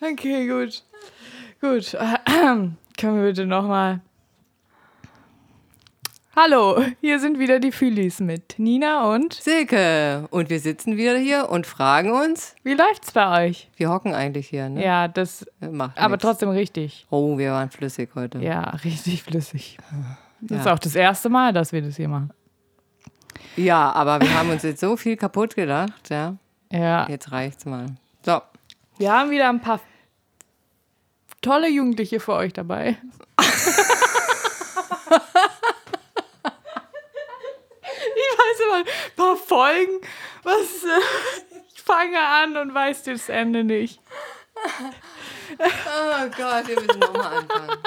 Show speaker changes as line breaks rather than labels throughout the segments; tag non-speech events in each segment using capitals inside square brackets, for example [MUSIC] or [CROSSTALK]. Okay, gut. Gut. [CLEARS THROAT] Können wir bitte nochmal. Hallo, hier sind wieder die Fühlis mit Nina und
Silke. Und wir sitzen wieder hier und fragen uns,
wie läuft's bei euch?
wir hocken eigentlich hier, ne?
Ja, das.
Macht
Aber
nix.
trotzdem richtig.
Oh, wir waren flüssig heute.
Ja, richtig flüssig. Das ist
Ja.
auch das erste Mal, dass wir das hier machen.
Ja, aber wir haben uns jetzt so viel kaputt gedacht, ja.
Ja.
Jetzt reicht's mal. So.
Wir haben wieder ein paar tolle Jugendliche für euch dabei. ich weiß immer, ein paar Folgen. Was? äh, Ich fange an und weiß das Ende nicht.
Oh Gott, wir müssen nochmal anfangen.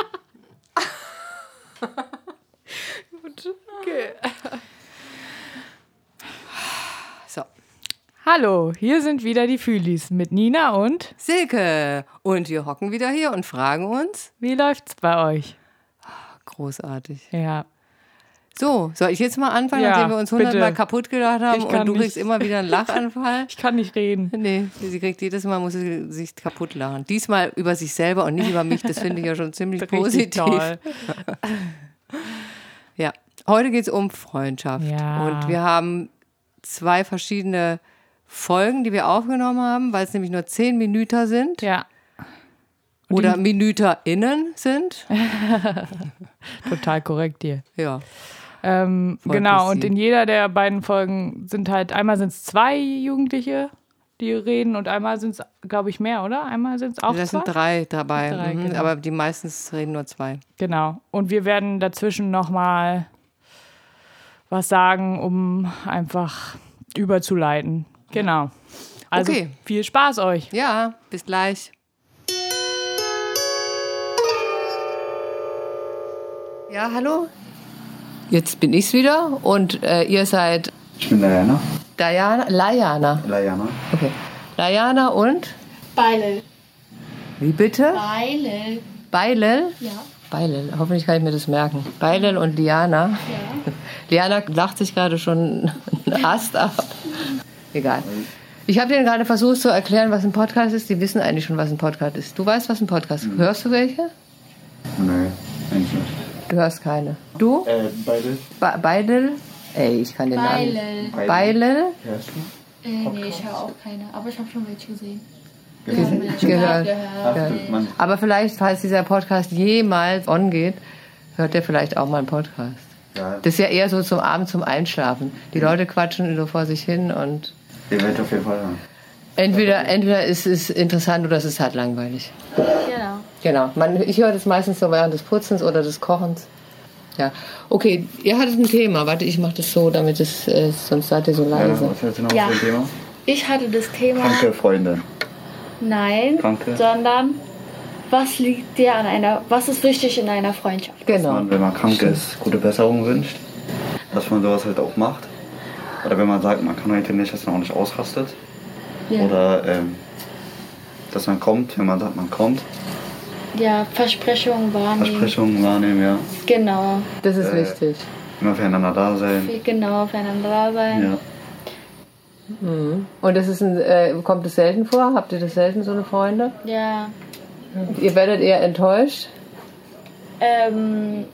Gut, Okay.
[LAUGHS] So.
Hallo, hier sind wieder die Fühlis mit Nina und
Silke. Und wir hocken wieder hier und fragen uns.
wie läuft's bei euch?
Großartig.
Ja.
So, soll ich jetzt mal anfangen,
Ja,
nachdem wir uns
bitte.
hundertmal kaputt gedacht haben
Ich
und
kann
du
nicht.
kriegst
[LAUGHS]
immer wieder einen Lachanfall?
Ich kann nicht reden.
Nee, sie kriegt jedes Mal, muss sie sich kaputt lachen. Diesmal über sich selber und nicht über mich. Das finde ich
[LAUGHS]
ja schon ziemlich
Richtig
positiv.
toll.
Ja. Heute geht es um Freundschaft.
Ja.
Und wir haben zwei verschiedene Folgen, die wir aufgenommen haben, weil es nämlich nur zehn Minüter sind
Ja,
oder MinüterInnen sind.
Äh, total korrekt dir.
Ja.
Ähm,
Folgt
genau,
es
und
sie.
in jeder der beiden Folgen sind halt, einmal sind es zwei Jugendliche, die reden, und einmal sind es, glaube ich, mehr, oder? Einmal sind es auch
Das
zwei.
sind drei dabei.
Drei,
mhm,
genau.
Aber die meistens reden nur zwei.
Genau. Und wir werden dazwischen nochmal was sagen, um einfach überzuleiten. Genau. Also
Okay.
viel Spaß euch.
Ja, bis gleich. Ja, hallo. Jetzt bin ich's wieder und äh, ihr seid
Ich bin der Rainer.
Diana, Lajana.
Lajana.
Okay. Lajana und
Beile.
wie bitte?
Beile.
Beilel?
Ja.
Beilel. Hoffentlich kann ich mir das merken. Beilel und Liana.
Ja.
[LAUGHS] Liana lacht sich gerade schon einen Ast ab. Egal. Ich habe denen gerade versucht zu erklären, was ein Podcast ist. Die wissen eigentlich schon, was ein Podcast ist. Du weißt, was ein Podcast
Mhm.
ist. Hörst du welche?
Nö, eigentlich nicht.
Du hörst keine. Du?
Äh, beide.
Ba Beidel? Ey, ich kann den Namen.
Beile.
Beidel?
Hörst du?
Äh, nee, ich höre auch keine. Aber ich habe schon welche gesehen.
Gesehen?
Ja,
Gehört.
gehört.
Ach, du, Mann.
Aber vielleicht, falls dieser Podcast jemals on geht, hört der vielleicht auch mal einen Podcast.
Ja,
Das ist ja eher so zum Abend zum Einschlafen. Die Leute quatschen so vor sich hin und
ihr werdet auf jeden Fall hören.
entweder, entweder ist es interessant oder es ist halt langweilig.
Genau.
Genau. Man, ich höre das meistens so während des Putzens oder des Kochens. Ja. Okay, ihr hattet ein Thema. Warte, ich mache das so, damit es, äh, sonst seid ihr so
Lajana,
leise.
was hältst du noch
Ja.
für ein Thema?
Ich hatte das Thema
Kranke Freunde.
Nein,
Kranke.
sondern was liegt dir an einer, was ist wichtig in einer Freundschaft?
Dass
Genau.
man, wenn man krank ist, gute Besserung wünscht. Dass man sowas halt auch macht. Oder wenn man sagt, man kann heute nicht, dass man auch nicht ausrastet.
Ja.
Oder ähm, dass man kommt, wenn man sagt, man kommt.
Mhm. Ja, Versprechungen wahrnehmen.
Versprechungen wahrnehmen, ja.
Genau.
Das ist
Äh,
wichtig.
Immer füreinander da sein.
Wie genau füreinander da sein.
Ja.
Und das ist ein, äh, kommt es selten vor? Habt ihr das selten, so eine Freunde?
Ja.
Ihr werdet eher enttäuscht?
Ähm,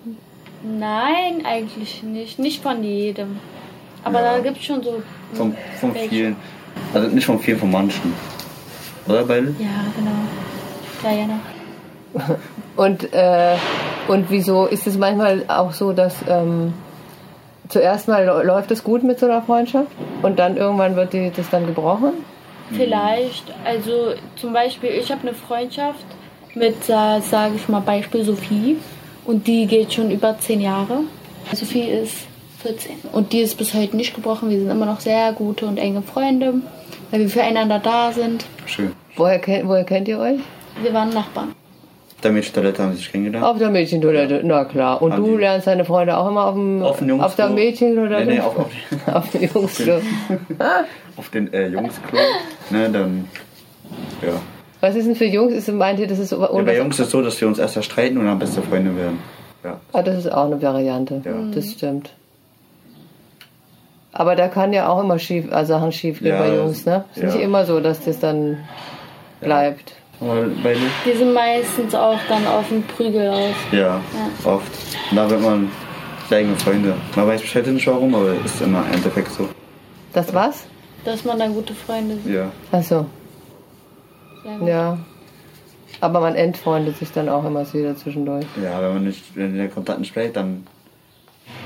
nein, eigentlich nicht. Nicht von jedem. Aber
Ja.
da gibt es schon so.
Von, von
Welche?
vielen. Also nicht von vielen, von manchen. Oder beide?
Ja, genau. Diana.
Und, äh, und wieso ist es manchmal auch so, dass ähm, zuerst mal lo- läuft es gut mit so einer Freundschaft und dann irgendwann wird die, das dann gebrochen?
Mhm. Vielleicht. Also zum Beispiel, ich habe eine Freundschaft mit, sage ich mal, Beispiel Sophie. Und die geht schon über zehn Jahre. Sophie ist 14. Und die ist bis heute nicht gebrochen. Wir sind immer noch sehr gute und enge Freunde, weil wir füreinander da sind.
Schön.
Woher, kennt- woher kennt ihr euch?
Wir waren Nachbarn.
Damit Toilette haben sie sich kennengelernt.
Auf der Mädchentoilette, na klar. Und
Haben
du
die-
lernst deine Freunde auch immer auf, dem,
Auf dem Jungs-
auf der Mädchentoilette?
Nee, nee, auf, auf,
[LAUGHS] auf dem Jungsklo.
auf den äh, Jungsklo. Ne, dann. Ja.
Was ist denn für Jungs? Ist, meint ihr, das ist
ja. Bei
unter...
Jungs ist es so, dass wir uns erst streiten und dann beste Freunde werden. Ja.
Ah, das ist auch eine Variante.
Ja. Mhm.
Das stimmt. Aber da kann ja auch immer äh, schief, also Sachen schief gehen
Ja,
bei Jungs, ne? Ist
ja.
nicht immer so, dass das dann bleibt.
Aber bei dir?
Die sind meistens auch dann auf den Prügel aus.
Ja, oft. Und da wird man sehr enge Freunde. Man weiß bestimmt nicht warum, aber ist immer im Endeffekt so.
Das was?
Dass man dann gute Freunde sind.
Ja.
Ach so,
Sehr gut.
ja. Aber man entfreundet sich dann auch immer wieder zwischendurch.
Ja, wenn man nicht, wenn der Kontakt nicht bleibt, dann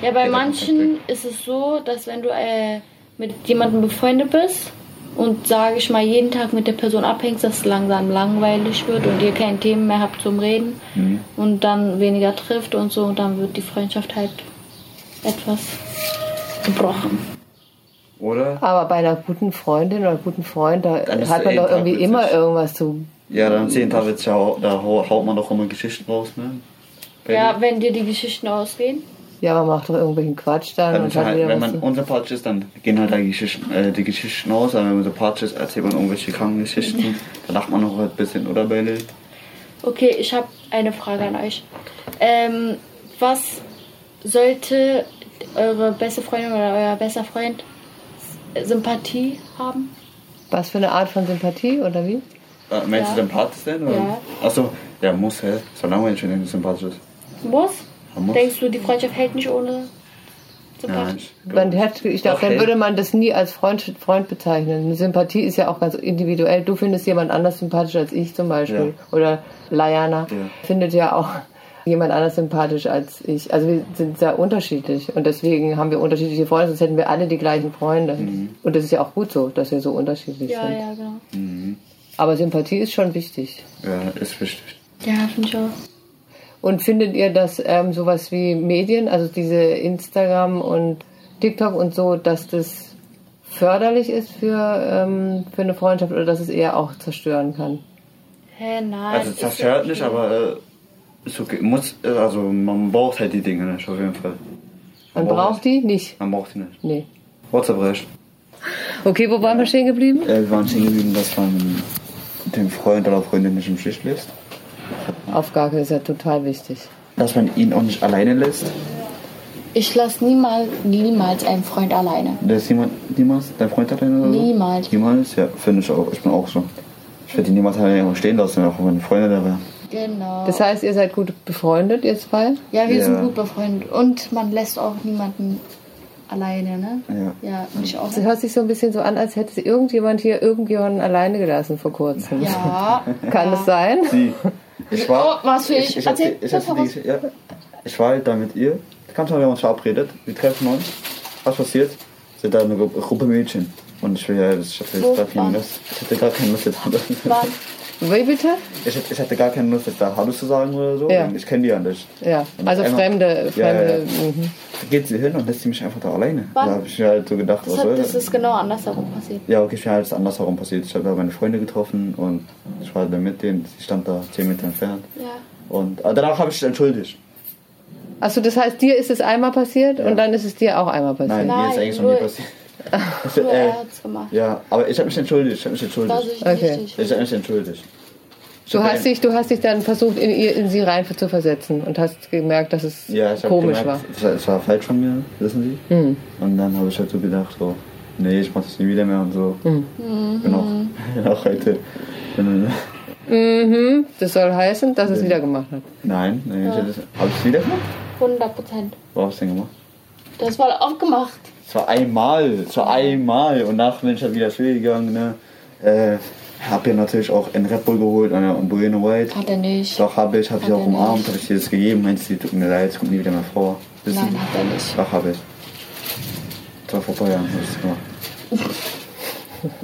Ja, bei
Jeder kommt
manchen ist es so, dass wenn du äh, mit jemandem befreundet bist und sage ich mal jeden Tag mit der Person abhängst, dass es langsam langweilig wird und ihr keine Themen mehr habt zum Reden und dann weniger trifft und so und dann wird die Freundschaft halt etwas gebrochen.
oder?
Aber bei einer guten Freundin oder guten Freund, da
Dann ist
hat
der
man doch
Ehepaar
irgendwie
witzig.
immer irgendwas zu.
Ja, dann zehn Tage wird's ja, hau- da hau- haut man doch immer Geschichten raus, ne? Bei dir?
Ja, wenn dir die Geschichten ausgehen.
Ja, man macht doch irgendwelchen Quatsch dann
Dann
und
ist
hat
halt,
wieder
wenn
was
man
zu.
unsympathisch ist, dann gehen halt die Geschichten, äh, die Geschichten aus. Aber wenn man sympathisch ist, erzählt man irgendwelche kranken
[LAUGHS]
Geschichten. Da lacht man noch ein bisschen, oder Belle?
Okay, ich habe eine Frage an euch. Ähm, was sollte eure beste Freundin oder euer bester Freund Sympathie haben?
Was für eine Art von Sympathie oder wie?
Äh, meinst
Ja.
du sympathisch denn?
Ja.
Achso, der muss, halt, hä? Ist doch langweilig, wenn er nicht sympathisch ist.
Muss?
Man muss.
Denkst du, die Freundschaft hält nicht ohne
Ja,
Sympathie?
ich
Dann hätte, ich glaube,
Okay.
dann würde man das nie als Freund, Freund bezeichnen. Eine Sympathie ist ja auch ganz individuell. Du findest jemand anders sympathisch als ich zum Beispiel. Oder Layana
Ja.
findet ja auch jemand anders sympathisch als ich. Also wir sind sehr unterschiedlich und deswegen haben wir unterschiedliche Freunde, sonst hätten wir alle die gleichen Freunde.
Mhm.
Und das ist ja auch gut so, dass wir so unterschiedlich
Ja,
sind.
ja, genau.
Aber Sympathie ist schon wichtig.
ja, ist wichtig.
Ja, finde ich auch.
Und findet ihr, dass ähm, sowas wie Medien, also diese Instagram und TikTok und so, dass das förderlich ist für, ähm, für eine Freundschaft oder dass es eher auch zerstören kann?
Hä, nein.
Also,
Ah, ist
das
ja
hört
okay.
nicht, aber äh, ist okay. Muss, äh, also, man braucht halt die Dinge nicht, auf jeden Fall.
Man
braucht
braucht die nicht.
Man braucht die nicht.
Nee.
WhatsApp reicht.
Okay, wo waren wir stehen geblieben?
Äh, wir waren stehen geblieben, dass man den Freund oder Freundin nicht im Stich lässt.
Auf gar keinen ist ja total wichtig.
Dass man ihn auch nicht alleine lässt.
Ich lasse niemals, niemals einen Freund alleine.
Dass jemand niemals dein Freund alleine oder so?
Niemals.
Niemals? Ja, finde ich auch. Ich bin auch so. Ich würde ihn niemals alleine stehen lassen, auch wenn meine Freunde da wären.
Genau.
Das heißt, ihr seid gut befreundet, ihr zwei?
ja, wir
Ja.
sind gut befreundet. Und man lässt auch niemanden alleine, ne?
Ja.
Ja, und ich auch.
Es hört sich so ein bisschen so an, als hätte irgendjemand hier irgendjemanden alleine gelassen vor kurzem.
[LAUGHS] Ja.
Kann es sein?
[LAUGHS]
Sie. Ich war.
Oh, was für ich?
ich, ich, erzähl,
Erzähl,
ich, erzähl die,
was?
Geschichte. ja. ich war halt da mit ihr. Ganz normal, wir haben uns verabredet. Wir treffen uns. Was passiert? Sind da eine Gru- Gruppe Mädchen. Und ich will ja, ich hatte
Wo
jetzt gar keine
waren-
Lust. Ich hatte gar keine Lust jetzt.
[LAUGHS] Wann?
Wie bitte?
Ich, hatte- ich hatte gar keine Lust, jetzt da Hallo zu sagen oder so.
Ja.
Ich kenne die ja nicht.
Ja,
Und
also
einmal-
fremde,
Ja, ja, ja.
fremde. Mhm.
geht sie hin und lässt sie mich einfach da alleine.
Wann?
Da habe ich mir halt so gedacht,
Das,
was soll
hat,
das?
das ist genau andersherum passiert.
Ja, okay, ich bin halt das andersherum passiert. Ich habe da meine Freunde getroffen und ich war halt da mit denen. Sie stand da 10 Meter entfernt.
Ja.
Und äh, danach habe ich dich entschuldigt.
Achso, das heißt, dir ist es einmal passiert und dann ist es dir auch einmal passiert.
Nein, mir
Nein,
ist eigentlich noch nie
nur-
passiert.
Nur
Äh,
er hat's gemacht.
ja, aber ich habe mich entschuldigt. Ich habe mich
Das
entschuldigt.
ist
Okay.
richtig.
Ich habe mich entschuldigt. Ich
Du
hab
hast
ja-
dich, du hast dich dann versucht, in, ihr, in sie rein zu versetzen und hast gemerkt, dass es
ja, ich hab
komisch Mhm.
gemerkt, Es war, es war falsch von mir, wissen Sie? Und dann habe ich halt so gedacht, so, nee, ich mache das nie wieder mehr und so.
Mhm.
Bin, auch, [LAUGHS] bin auch heute. Bin,
war. Das soll heißen, dass es wieder gemacht hat. [LAUGHS]
nein, nee, ich habe es wieder gemacht.
100 Prozent.
Wo hast du denn gemacht?
Das war aufgemacht.
Es war einmal, es war einmal. Und nach bin ich halt wieder schwer gegangen. Ne? Äh, hab ihr natürlich auch einen Red Bull geholt ne? und einen Bueno White.
Hat er nicht.
Doch hab ich, hab ich
Hat
auch
er
umarmt,
nicht.
hab ich dir das gegeben. Meinst du, tut mir leid, es kommt nie wieder mehr vor. Wissen
Nein,
Sie?
hat er nicht.
Doch hab ich. Das war vor zwei Jahren, hab ich das gemacht.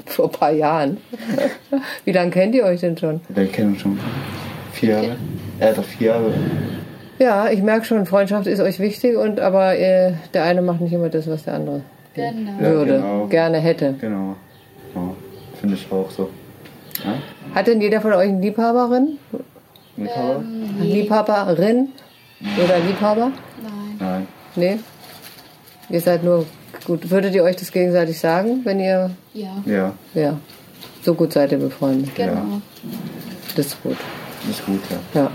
Vor ein paar Jahren. [LAUGHS] Wie lange kennt ihr euch denn schon?
Wir kennen uns schon vier Jahre. Äh, doch vier Jahre.
Ja, ich merke schon, Freundschaft ist euch wichtig und aber äh, der eine macht nicht immer das, was der andere
Genau.
Ja,
würde,
genau.
gerne hätte.
Genau. Ja, Finde ich auch so. Ja?
Hat denn jeder von euch eine Liebhaberin?
Liebhaber?
Ähm,
Liebhaberin? Oder Liebhaber?
Nein.
Nein.
Nee. Ihr seid nur gut. Würdet ihr euch das gegenseitig sagen, wenn ihr.
Ja.
Ja,
Ja. So gut seid ihr befreundet.
Genau.
Das ist gut.
ist gut, ja.
Ja.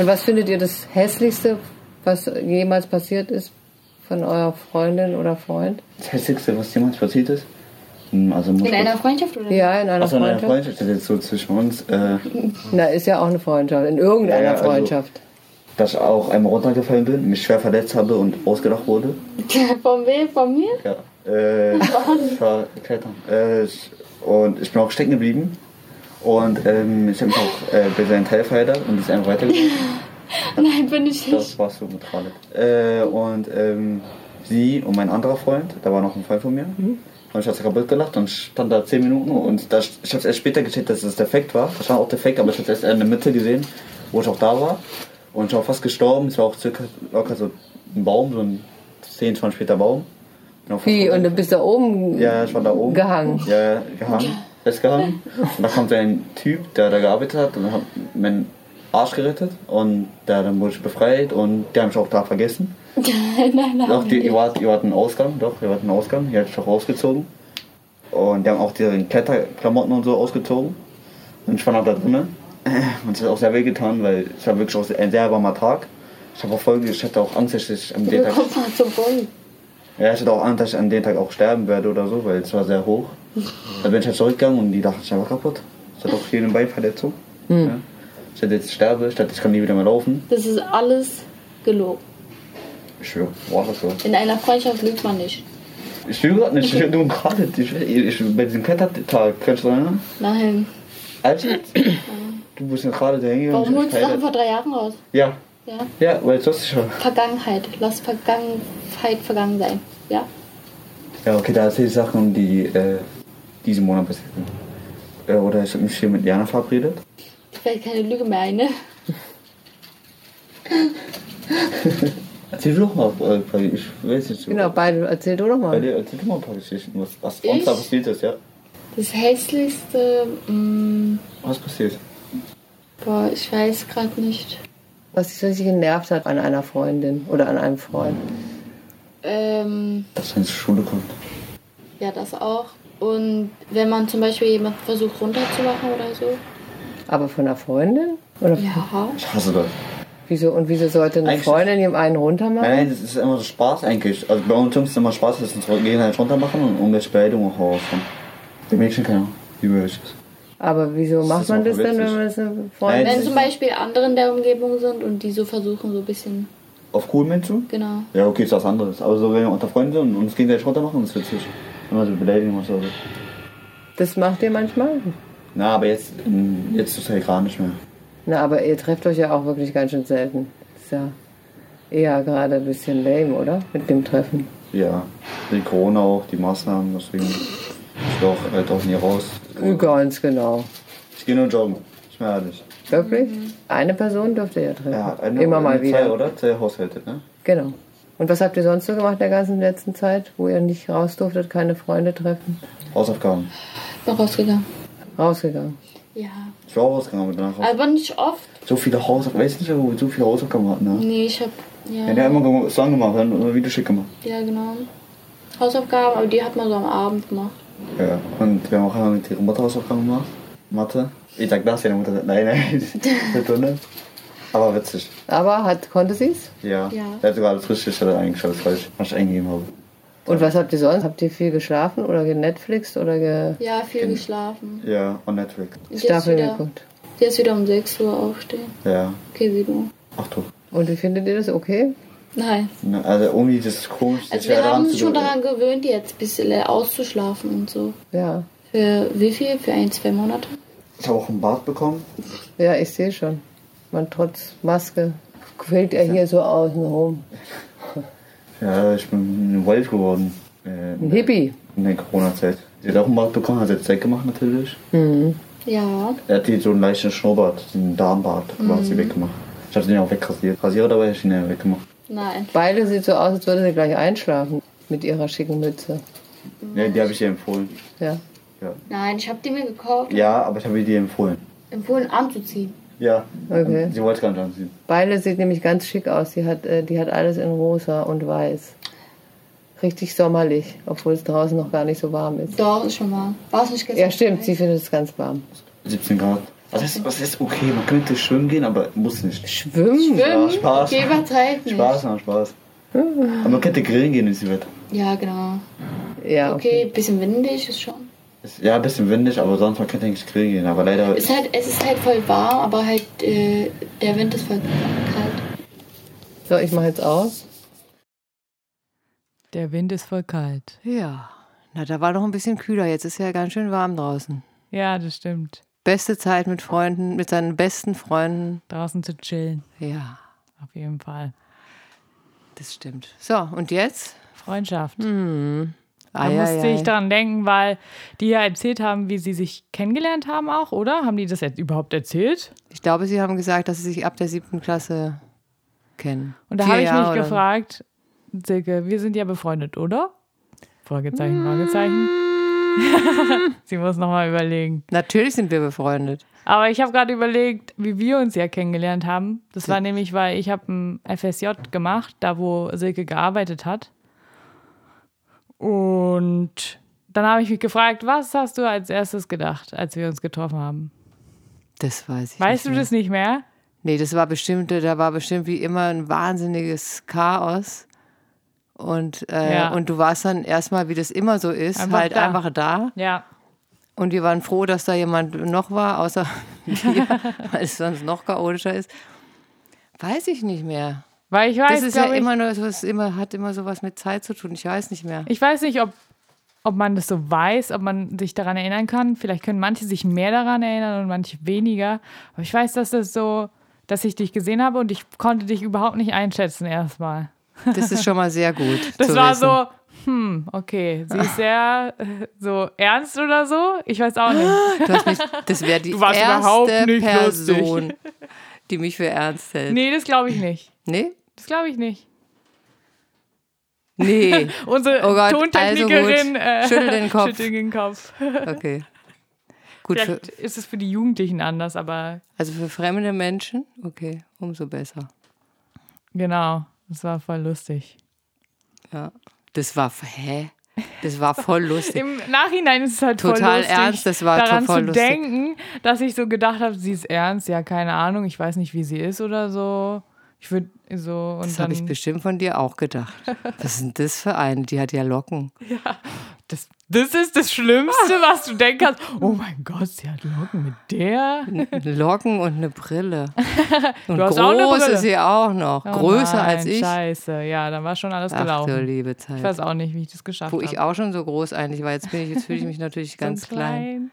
Und was findet ihr das hässlichste, was jemals passiert ist von eurer Freundin oder Freund?
Das Hässlichste, was jemals passiert ist, Hm, Also muss
In einer Freundschaft oder?
Ja, in einer
Achso, in einer
Freundschaft.
Freundschaft, das ist jetzt so zwischen uns, äh,
Na, ist ja auch eine Freundschaft. In irgendeiner
Ja, ja, also-
Freundschaft.
dass ich auch einmal runtergefallen bin, mich schwer verletzt habe und ausgedacht wurde.
[LAUGHS] Von wem? Von mir?
Ja. Äh, ich war klettern. Äh, ich, und ich bin auch stecken geblieben. Und ähm, ich habe mich auch äh, bei seinen Teil verheddert und ist einfach weitergegangen.
Nein, bin ich nicht.
Das war so mit Rale. Äh, und ähm, sie und mein anderer Freund, da war noch ein Freund von mir, haben sich das kaputt gelacht und stand da 10 Minuten und das, ich habe es erst später gecheckt, dass es defekt war. Das war auch defekt, aber ich habe es erst in der Mitte gesehen, wo ich auch da war. Und ich war fast gestorben. Es war auch circa locker so ein Baum, so ein 10, 20 Meter Baum. Bin auch fast
Wie? Und
runtergefallen.
du bist da oben
Also- Ja, ich war da oben.
gehangen.
Ja, ja, gehangen. Festgehangen. Und da kommt ein Typ, der da gearbeitet hat und hat meinen Arsch gerettet. Und der, dann wurde ich befreit und die haben mich auch da vergessen.
Nein, nein.
Doch, die, ihr, wart, ihr wart einen Ausgang, doch, ihr wart einen Ausgang. Ihr habt mich auch rausgezogen. Und die haben auch diese Kletterklamotten und so ausgezogen. Und ich war noch da drinnen. Und es hat auch sehr weh getan, weil es war wirklich auch ein sehr warmer Tag. Ich habe auch voll, ich hatte auch Angst, dass ich am
Du
den Tag
kommst mal zum Boden.
ja, ich hatte auch Angst, dass ich an dem Tag auch sterben werde oder so, weil es war sehr hoch. Da bin ich halt zurückgegangen und die dachten, ich war kaputt. Ich hatte auch hier eine Beinverletzung. Ja. Ich dachte, jetzt sterbe, ich dachte, ich kann nie wieder mehr laufen.
Das ist alles gelogen.
Ich schwöre, boah, das war.
In einer Freundschaft lügt man nicht.
Ich schwöre gerade nicht, ich schwöre, du gerade, ich, schwöre, ich, bei diesem Klettertag, kannst du erinnern?
Nein.
Als jetzt? Du bist ja gerade da hingegangen.
Warum
und
holst
ich
du
hab
Sachen
verheiratet.
vor drei Jahren raus?
Ja,
Ja.
ja, weil es lustig war.
Vergangenheit. Lass Vergangenheit vergangen sein. Ja.
Ja, okay, da erzähle ich Sachen, die äh, diesen Monat passiert sind. Äh, oder ich habe mich hier mit Jana verabredet.
Ich fällt keine Lüge mehr ein, ne?
Erzähl du doch mal, äh, ich weiß nicht. so.
Genau, beide. Erzähl du doch
Bei
mal.
dir erzähl doch mal ein paar Geschichten, was, was
Ich?
uns da passiert ist, ja.
Das hässlichste. mm,
Was passiert?
boah, ich weiß gerade nicht.
Was dich so richtig genervt hat an einer Freundin oder an einem Freund.
Ähm,
Dass er zur Schule kommt.
ja, das auch. Und wenn man zum Beispiel jemanden versucht runterzumachen oder so.
Aber von einer Freundin? Oder
Ja.
Ich hasse das.
wieso? Und wieso sollte eine
Eigentlich-
Freundin ihm einen runtermachen?
Nein, nein, das ist immer so Spaß eigentlich. Also bei uns Jungs ist immer Spaß, dass wir uns gegenseitig runter machen und irgendwelche Beleidigungen auch rauskommen. Die Mädchen keine Ahnung. Die Mädchen.
Aber wieso macht
ist
man
auch
das denn,
witzig.
wenn man es eine Freundin
Nein,
Wenn zum Beispiel andere in der Umgebung sind und die so versuchen, so ein bisschen.
Auf cool Menschen?
Genau.
Ja, okay, ist was anderes. Aber so, wenn wir unter Freunden sind und uns gegenseitig runter machen, ist witzig. Immer so Beleidigungen und so.
Das macht ihr manchmal?
Na, aber jetzt, ähm, jetzt ist halt gar nicht mehr.
Na, aber ihr trefft euch ja auch wirklich ganz schön selten. Ist ja eher gerade ein bisschen lame, oder? Mit dem Treffen.
Ja. Die Corona auch, die Maßnahmen, deswegen. Ich gehe auch halt auch nie raus.
Ganz genau.
Ich gehe nur joggen. Ich meine ehrlich.
Wirklich? Eine Person dürft ihr ja treffen.
Ja, eine,
Immer mal
eine
wieder.
Zwei, oder? Zwei Haushalte, ne?
Genau. Und was habt ihr sonst so gemacht in der ganzen letzten Zeit, wo ihr nicht raus durftet, keine Freunde treffen?
Hausaufgaben.
Bin rausgegangen.
Rausgegangen.
Ja.
Ich war auch rausgegangen, aber danach raus.
Aber nicht oft.
So viele Hausaufgaben. Weißt nicht, wo wir so viele Hausaufgaben hatten, ne?
Nee, ich hab.
Ja, ne? die haben immer gem- Song gemacht, dann immer Video schick gemacht.
Ja, genau. Hausaufgaben, aber die hat man so am Abend gemacht.
Ja. Und wir haben auch einmal mit ihrer Mutter Hausaufgaben gemacht. Mathe. Ich sag das ja, Mutter sagt, nein, nein. [LAUGHS] Eine Stunde. Aber witzig.
Aber hat, konnte sie's?
Ja.
Ja.
Er hat sogar alles richtig, hat er eingeschaut, das falsch, was ich eingegeben habe.
Und was habt ihr sonst? Habt ihr viel geschlafen oder genetflixt oder ge
Ja, viel geschlafen.
Ja, on Netflix.
Und
Staffeln
wieder,
geguckt?
Jetzt wieder um 6 Uhr aufstehen.
Ja.
Okay, 7 Uhr.
Ach du.
Und wie findet ihr das? Okay?
Nein.
Ne, Also irgendwie das ist komisch. das
Also
schwer
wir haben uns schon
zu-
daran gewöhnt, jetzt ein bisschen äh, auszuschlafen und so.
Ja.
Für wie viel? Für ein, zwei Monate?
Ich habe auch einen Bart bekommen.
Ja, ich sehe schon. Man trotz Maske fällt er hier so außen rum.
Ja, ich bin ein Wolf geworden. Äh,
Ein Hippie.
In der Corona-Zeit. Sie hat auch einen Bart bekommen, hat jetzt weggemacht natürlich.
Mhm. Ja.
Er hat die so einen leichten Schnurrbart, so einen Darmbart
Mhm.
quasi weggemacht. Ich habe den auch wegrasiert. Rasierer dabei, ich ihn ja weggemacht.
Nein.
Beide sieht so aus, als würde sie gleich einschlafen mit ihrer schicken Mütze.
Mhm.
Ja, die habe ich dir empfohlen.
Ja.
Ja,
Nein, ich habe die mir gekauft,
ja aber ich habe dir empfohlen.
empfohlen anzuziehen.
Ja.
Okay.
Sie wollte es gar nicht anziehen.
Beide sieht nämlich ganz schick aus. Die hat, äh, die hat alles in rosa und weiß. Richtig sommerlich, obwohl es draußen noch gar nicht so warm ist.
Doch, ist schon mal. War es nicht gestern?
Ja, stimmt, sie findet es ganz warm.
17 Grad. Was heißt, was heißt okay, man könnte schwimmen gehen, aber muss nicht.
Schwimmen?
Schwimmen?
Ja, Spaß.
Wir übertreiben nicht. Ah.
Spaß, na, Spaß. Aber man könnte grillen gehen in diesem Wetter.
Ja, genau.
Ja,
Okay, bisschen windig ist schon.
Ist, ja, ein bisschen windig, aber sonst man könnte eigentlich grillen gehen. Aber leider
Ist halt, es ist halt voll warm, aber halt äh, der Wind ist voll kalt.
So, ich mache jetzt aus.
Der Wind ist voll kalt.
Ja, na, da war noch ein bisschen kühler. Jetzt ist ja ganz schön warm draußen.
Ja, das stimmt.
Beste Zeit mit Freunden, mit seinen besten Freunden.
Draußen zu chillen,
Ja,
auf jeden Fall.
das stimmt. So, und jetzt?
Freundschaft. Da
Ei,
musste
ei,
ich
ei.
dran denken, weil die ja erzählt haben, wie sie sich kennengelernt haben auch, oder? Haben die das jetzt überhaupt erzählt?
ich glaube, Sie haben gesagt, dass Sie sich ab der siebten Klasse kennen.
Und da
Vier
habe ich mich
Jahre oder so.
gefragt, Silke, wir sind ja befreundet, oder? Fragezeichen, Fragezeichen. [LAUGHS] sie muss nochmal überlegen.
Natürlich sind wir befreundet.
Aber ich habe gerade überlegt, wie wir uns ja kennengelernt haben. Das war nämlich, weil ich habe ein FSJ gemacht, da wo Silke gearbeitet hat. Und dann habe ich mich gefragt, was hast du als erstes gedacht, als wir uns getroffen haben?
Das weiß ich.
Weißt
nicht
du das nicht mehr?
Nee, das war bestimmt, da war bestimmt wie immer ein wahnsinniges Chaos. Und, äh,
Ja.
und du warst dann erstmal, wie das immer so ist,
Einfach
halt
da.
einfach da.
Ja.
Und wir waren froh, dass da jemand noch war, außer [LAUGHS] wir,
[LAUGHS]
weil es sonst noch chaotischer ist. Weiß ich nicht mehr.
Weil ich
Das
weiß,
ist ja
glaub ich,
immer nur, so, es immer, hat immer so was mit Zeit zu tun. Ich weiß
[LAUGHS]
nicht mehr.
ich weiß nicht, ob, ob man das so weiß, ob man sich daran erinnern kann. Vielleicht können manche sich mehr daran erinnern und manche weniger. Aber ich weiß, dass das so, dass ich dich gesehen habe und ich konnte dich überhaupt nicht einschätzen erstmal.
Das ist schon mal sehr gut.
[LAUGHS] Das
zu
war
wissen.
so, hm, okay, sie ist sehr [LAUGHS] äh, so ernst oder so. Ich weiß auch
[GASPS]
nicht.
Du hast mich, das wäre die
Du warst überhaupt
erste
nicht lustig.
Person, die mich für ernst hält.
Nee, das glaube ich nicht.
Nee?
Das glaube ich nicht. [LAUGHS]
Nee.
Unsere
Oh Gott, also gut.
Tontechnikerin äh, [LAUGHS]
Schüttelt den Kopf.
schüttelt den Kopf.
Okay. Gut, für,
Vielleicht ist es für die Jugendlichen anders, aber
also für fremde Menschen, okay, umso besser.
genau, das war voll lustig.
Ja. Das war, hä? Das war
[LAUGHS]
voll lustig.
Im Nachhinein ist es halt voll
Total
lustig,
ernst, das war
daran
voll
zu
lustig.
denken, dass ich so gedacht habe, sie ist ernst, ja, keine Ahnung, ich weiß nicht, wie sie ist oder so. Ich würde so und
Das
dann
habe ich bestimmt von dir auch gedacht. Was ist denn das für eine? Die hat ja Locken.
das, das ist das Schlimmste,
Ah.
was du denken kannst. Oh mein Gott, sie hat Locken mit der.
Locken und eine Brille.
[LAUGHS]
Und
Du hast
groß
auch eine Brille.
ist sie auch noch.
Oh
Größer
nein,
als ich.
Scheiße, ja, dann war schon alles
Ach du
gelaufen.
liebe
Ich
Zeit.
weiß auch nicht, wie ich das geschafft
Wo
habe.
ich auch schon so groß eigentlich war. Jetzt, bin ich, jetzt fühle ich
[LAUGHS]
mich natürlich ganz klein.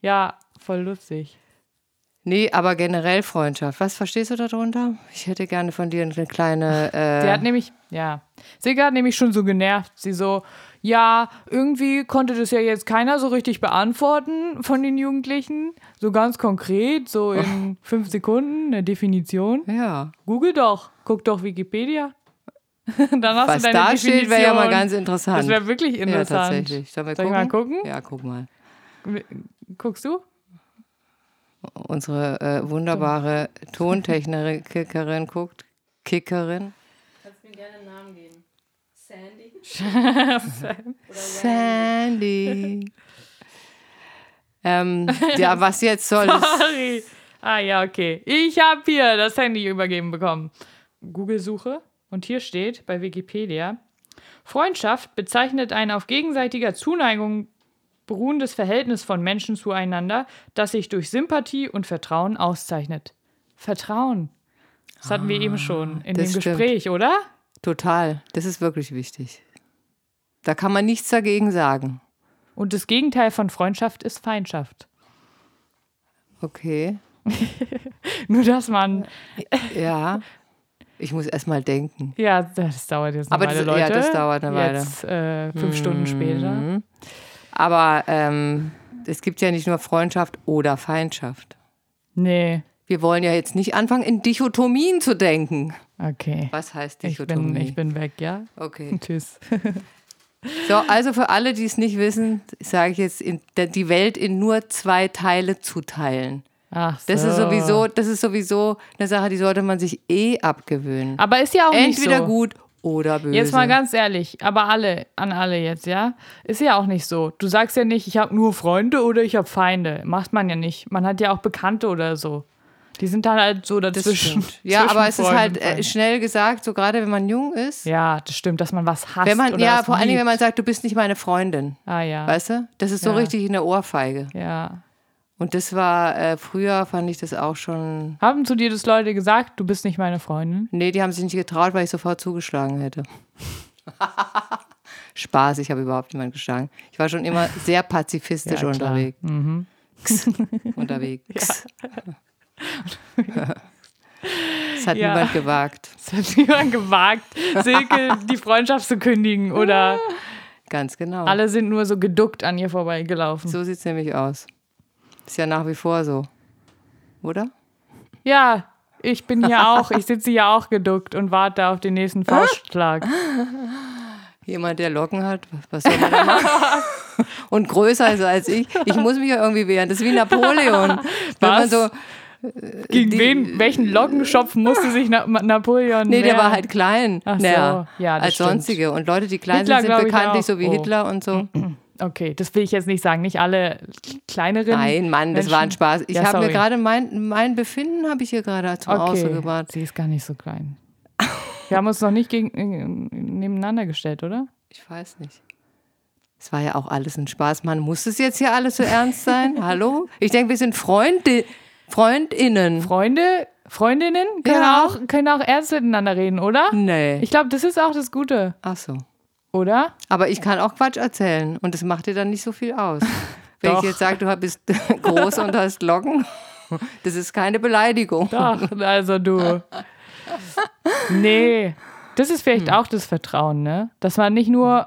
ja. voll lustig.
Nee, aber generell Freundschaft. Was verstehst du darunter? Ich hätte gerne von dir
[LAUGHS]
eine kleine. Äh,
Sie hat nämlich, ja, Silke hat nämlich schon so genervt. Sie so, ja, irgendwie konnte das ja jetzt keiner so richtig beantworten von den Jugendlichen. So ganz konkret, so
[LAUGHS]
in fünf Sekunden eine Definition.
ja.
Google doch, guck doch Wikipedia. [LAUGHS] Dann hast
Was
du deine
da
Definition.
steht, wäre ja mal ganz interessant.
Das wäre wirklich interessant.
Ja, tatsächlich. Sollen wir
Soll ich
gucken?
mal gucken?
Ja, guck mal.
Guckst du?
Unsere äh, wunderbare Tontechnikerin guckt. Kickerin. [LAUGHS] Kannst mir gerne einen Namen geben. Sandy. Sandy. ähm, ja, was jetzt
[LAUGHS]
soll das?
Sorry. Ah ja, okay. Ich habe hier das Handy übergeben bekommen. Google-Suche. Und hier steht bei Wikipedia, Freundschaft bezeichnet ein auf gegenseitiger Zuneigung beruhendes Verhältnis von Menschen zueinander, das sich durch Sympathie und Vertrauen auszeichnet. Vertrauen. Das hatten wir eben schon in dem
Ah, das stimmt.
Gespräch, oder?
Total. Das ist wirklich wichtig. Da kann man nichts dagegen sagen.
Und das Gegenteil von Freundschaft ist Feindschaft. [LAUGHS]
Okay.
Nur, dass man.
Ja. Ich muss erst mal denken.
Ja, das dauert jetzt eine
Aber
Weile,
das-
Leute.
ja, das dauert eine Weile. Mhm.
Jetzt äh, fünf Stunden später.
Aber ähm, es gibt ja nicht nur Freundschaft oder Feindschaft.
Nee,
Wir wollen ja jetzt nicht anfangen, in Dichotomien zu denken.
okay.
Was heißt
Ich
Dichotomie?
bin, ich bin weg, ja?
Okay.
Tschüss.
So, also für alle, die es nicht wissen, sage ich jetzt, in, die Welt in nur zwei Teile zu teilen.
Ach so.
Das ist sowieso, das ist sowieso eine Sache, die sollte man sich eh abgewöhnen.
Aber ist ja auch
Entweder
nicht so.
gut oder böse.
Jetzt mal ganz ehrlich, aber alle, an alle jetzt, ja? Ist ja auch nicht so. Du sagst ja nicht, ich habe nur Freunde oder ich habe Feinde. Macht man ja nicht. Man hat ja auch Bekannte oder so. Die sind dann halt so
Das
dazwischen. [LAUGHS]
stimmt. Ja, aber es ist
Freund
halt
und
äh,
Freund.
schnell gesagt, so gerade wenn man jung ist.
Ja, das stimmt, dass man was hasst.
wenn man,
oder
ja,
was
vor allen Dingen, wenn
liebt.
man sagt, du bist nicht meine Freundin.
Ah, ja.
Weißt du? Das ist so
Ja.
richtig in der Ohrfeige.
Ja.
Und das war, äh, früher fand ich das auch schon.
Haben zu dir das Leute gesagt, du bist nicht meine Freundin? [LAUGHS]
Nee, die haben sich nicht getraut, weil ich sofort zugeschlagen hätte. Spaß, ich habe überhaupt niemanden geschlagen. Ich war schon immer sehr pazifistisch
Ja, klar. Mhm.
unterwegs. X.
[LAUGHS]
unterwegs. Es hat
Ja.
niemand gewagt.
Es hat niemand gewagt,
[LAUGHS]
Silke die Freundschaft zu kündigen oder
Ganz genau.
alle sind nur so geduckt an ihr vorbeigelaufen.
So sieht es nämlich aus. Ist ja nach wie vor so. Oder?
Ja, ich bin hier auch, ich sitze hier auch geduckt und warte auf den nächsten Faustschlag.
Jemand, der Locken hat, was soll man da machen?
[LAUGHS]
Und größer ist als ich. Ich muss mich ja irgendwie wehren. Das ist wie Napoleon. Wenn man
Was?
so,
Gegen
Die-
wen, welchen Lockenschopf musste sich Na Ma- Napoleon
nee, der
wehren?
war halt klein.
Ach so.
naja,
Ja, das
als
stimmt.
sonstige. Und Leute, die klein
Hitler,
sind,
glaub
sind
ich,
bekanntlich
auch.
so wie
Oh.
Hitler und so.
Okay, das will ich jetzt nicht sagen. Nicht alle kleineren.
Nein, Mann, das
Menschen-
war ein Spaß. Ich
Ja,
habe mir
sorry.
gerade mein, mein Befinden habe ich hier gerade zum Ausdruck
Okay,
gebracht.
sie ist gar nicht so klein. Wir haben uns noch nicht gegen, äh, nebeneinander gestellt, oder?
Ich weiß nicht. Es war ja auch alles ein Spaß. Mann, muss es jetzt hier alles so
[LAUGHS]
ernst sein? Hallo? Ich denke, wir sind Freunde, Freundinnen.
Freunde, Freundinnen können,
Ja.
auch, können auch ernst miteinander reden, oder?
Nee.
Ich glaube, das ist auch das Gute,
Ach so.
oder?
Aber ich kann auch Quatsch erzählen und es macht dir dann nicht so
[LAUGHS]
viel aus. Wenn
Doch.
ich jetzt sage, du bist [LAUGHS] groß und hast Locken,
[LAUGHS]
das ist keine Beleidigung.
Ach, also du. Nee. Das ist
Hm.
vielleicht auch das Vertrauen, ne? Dass man nicht nur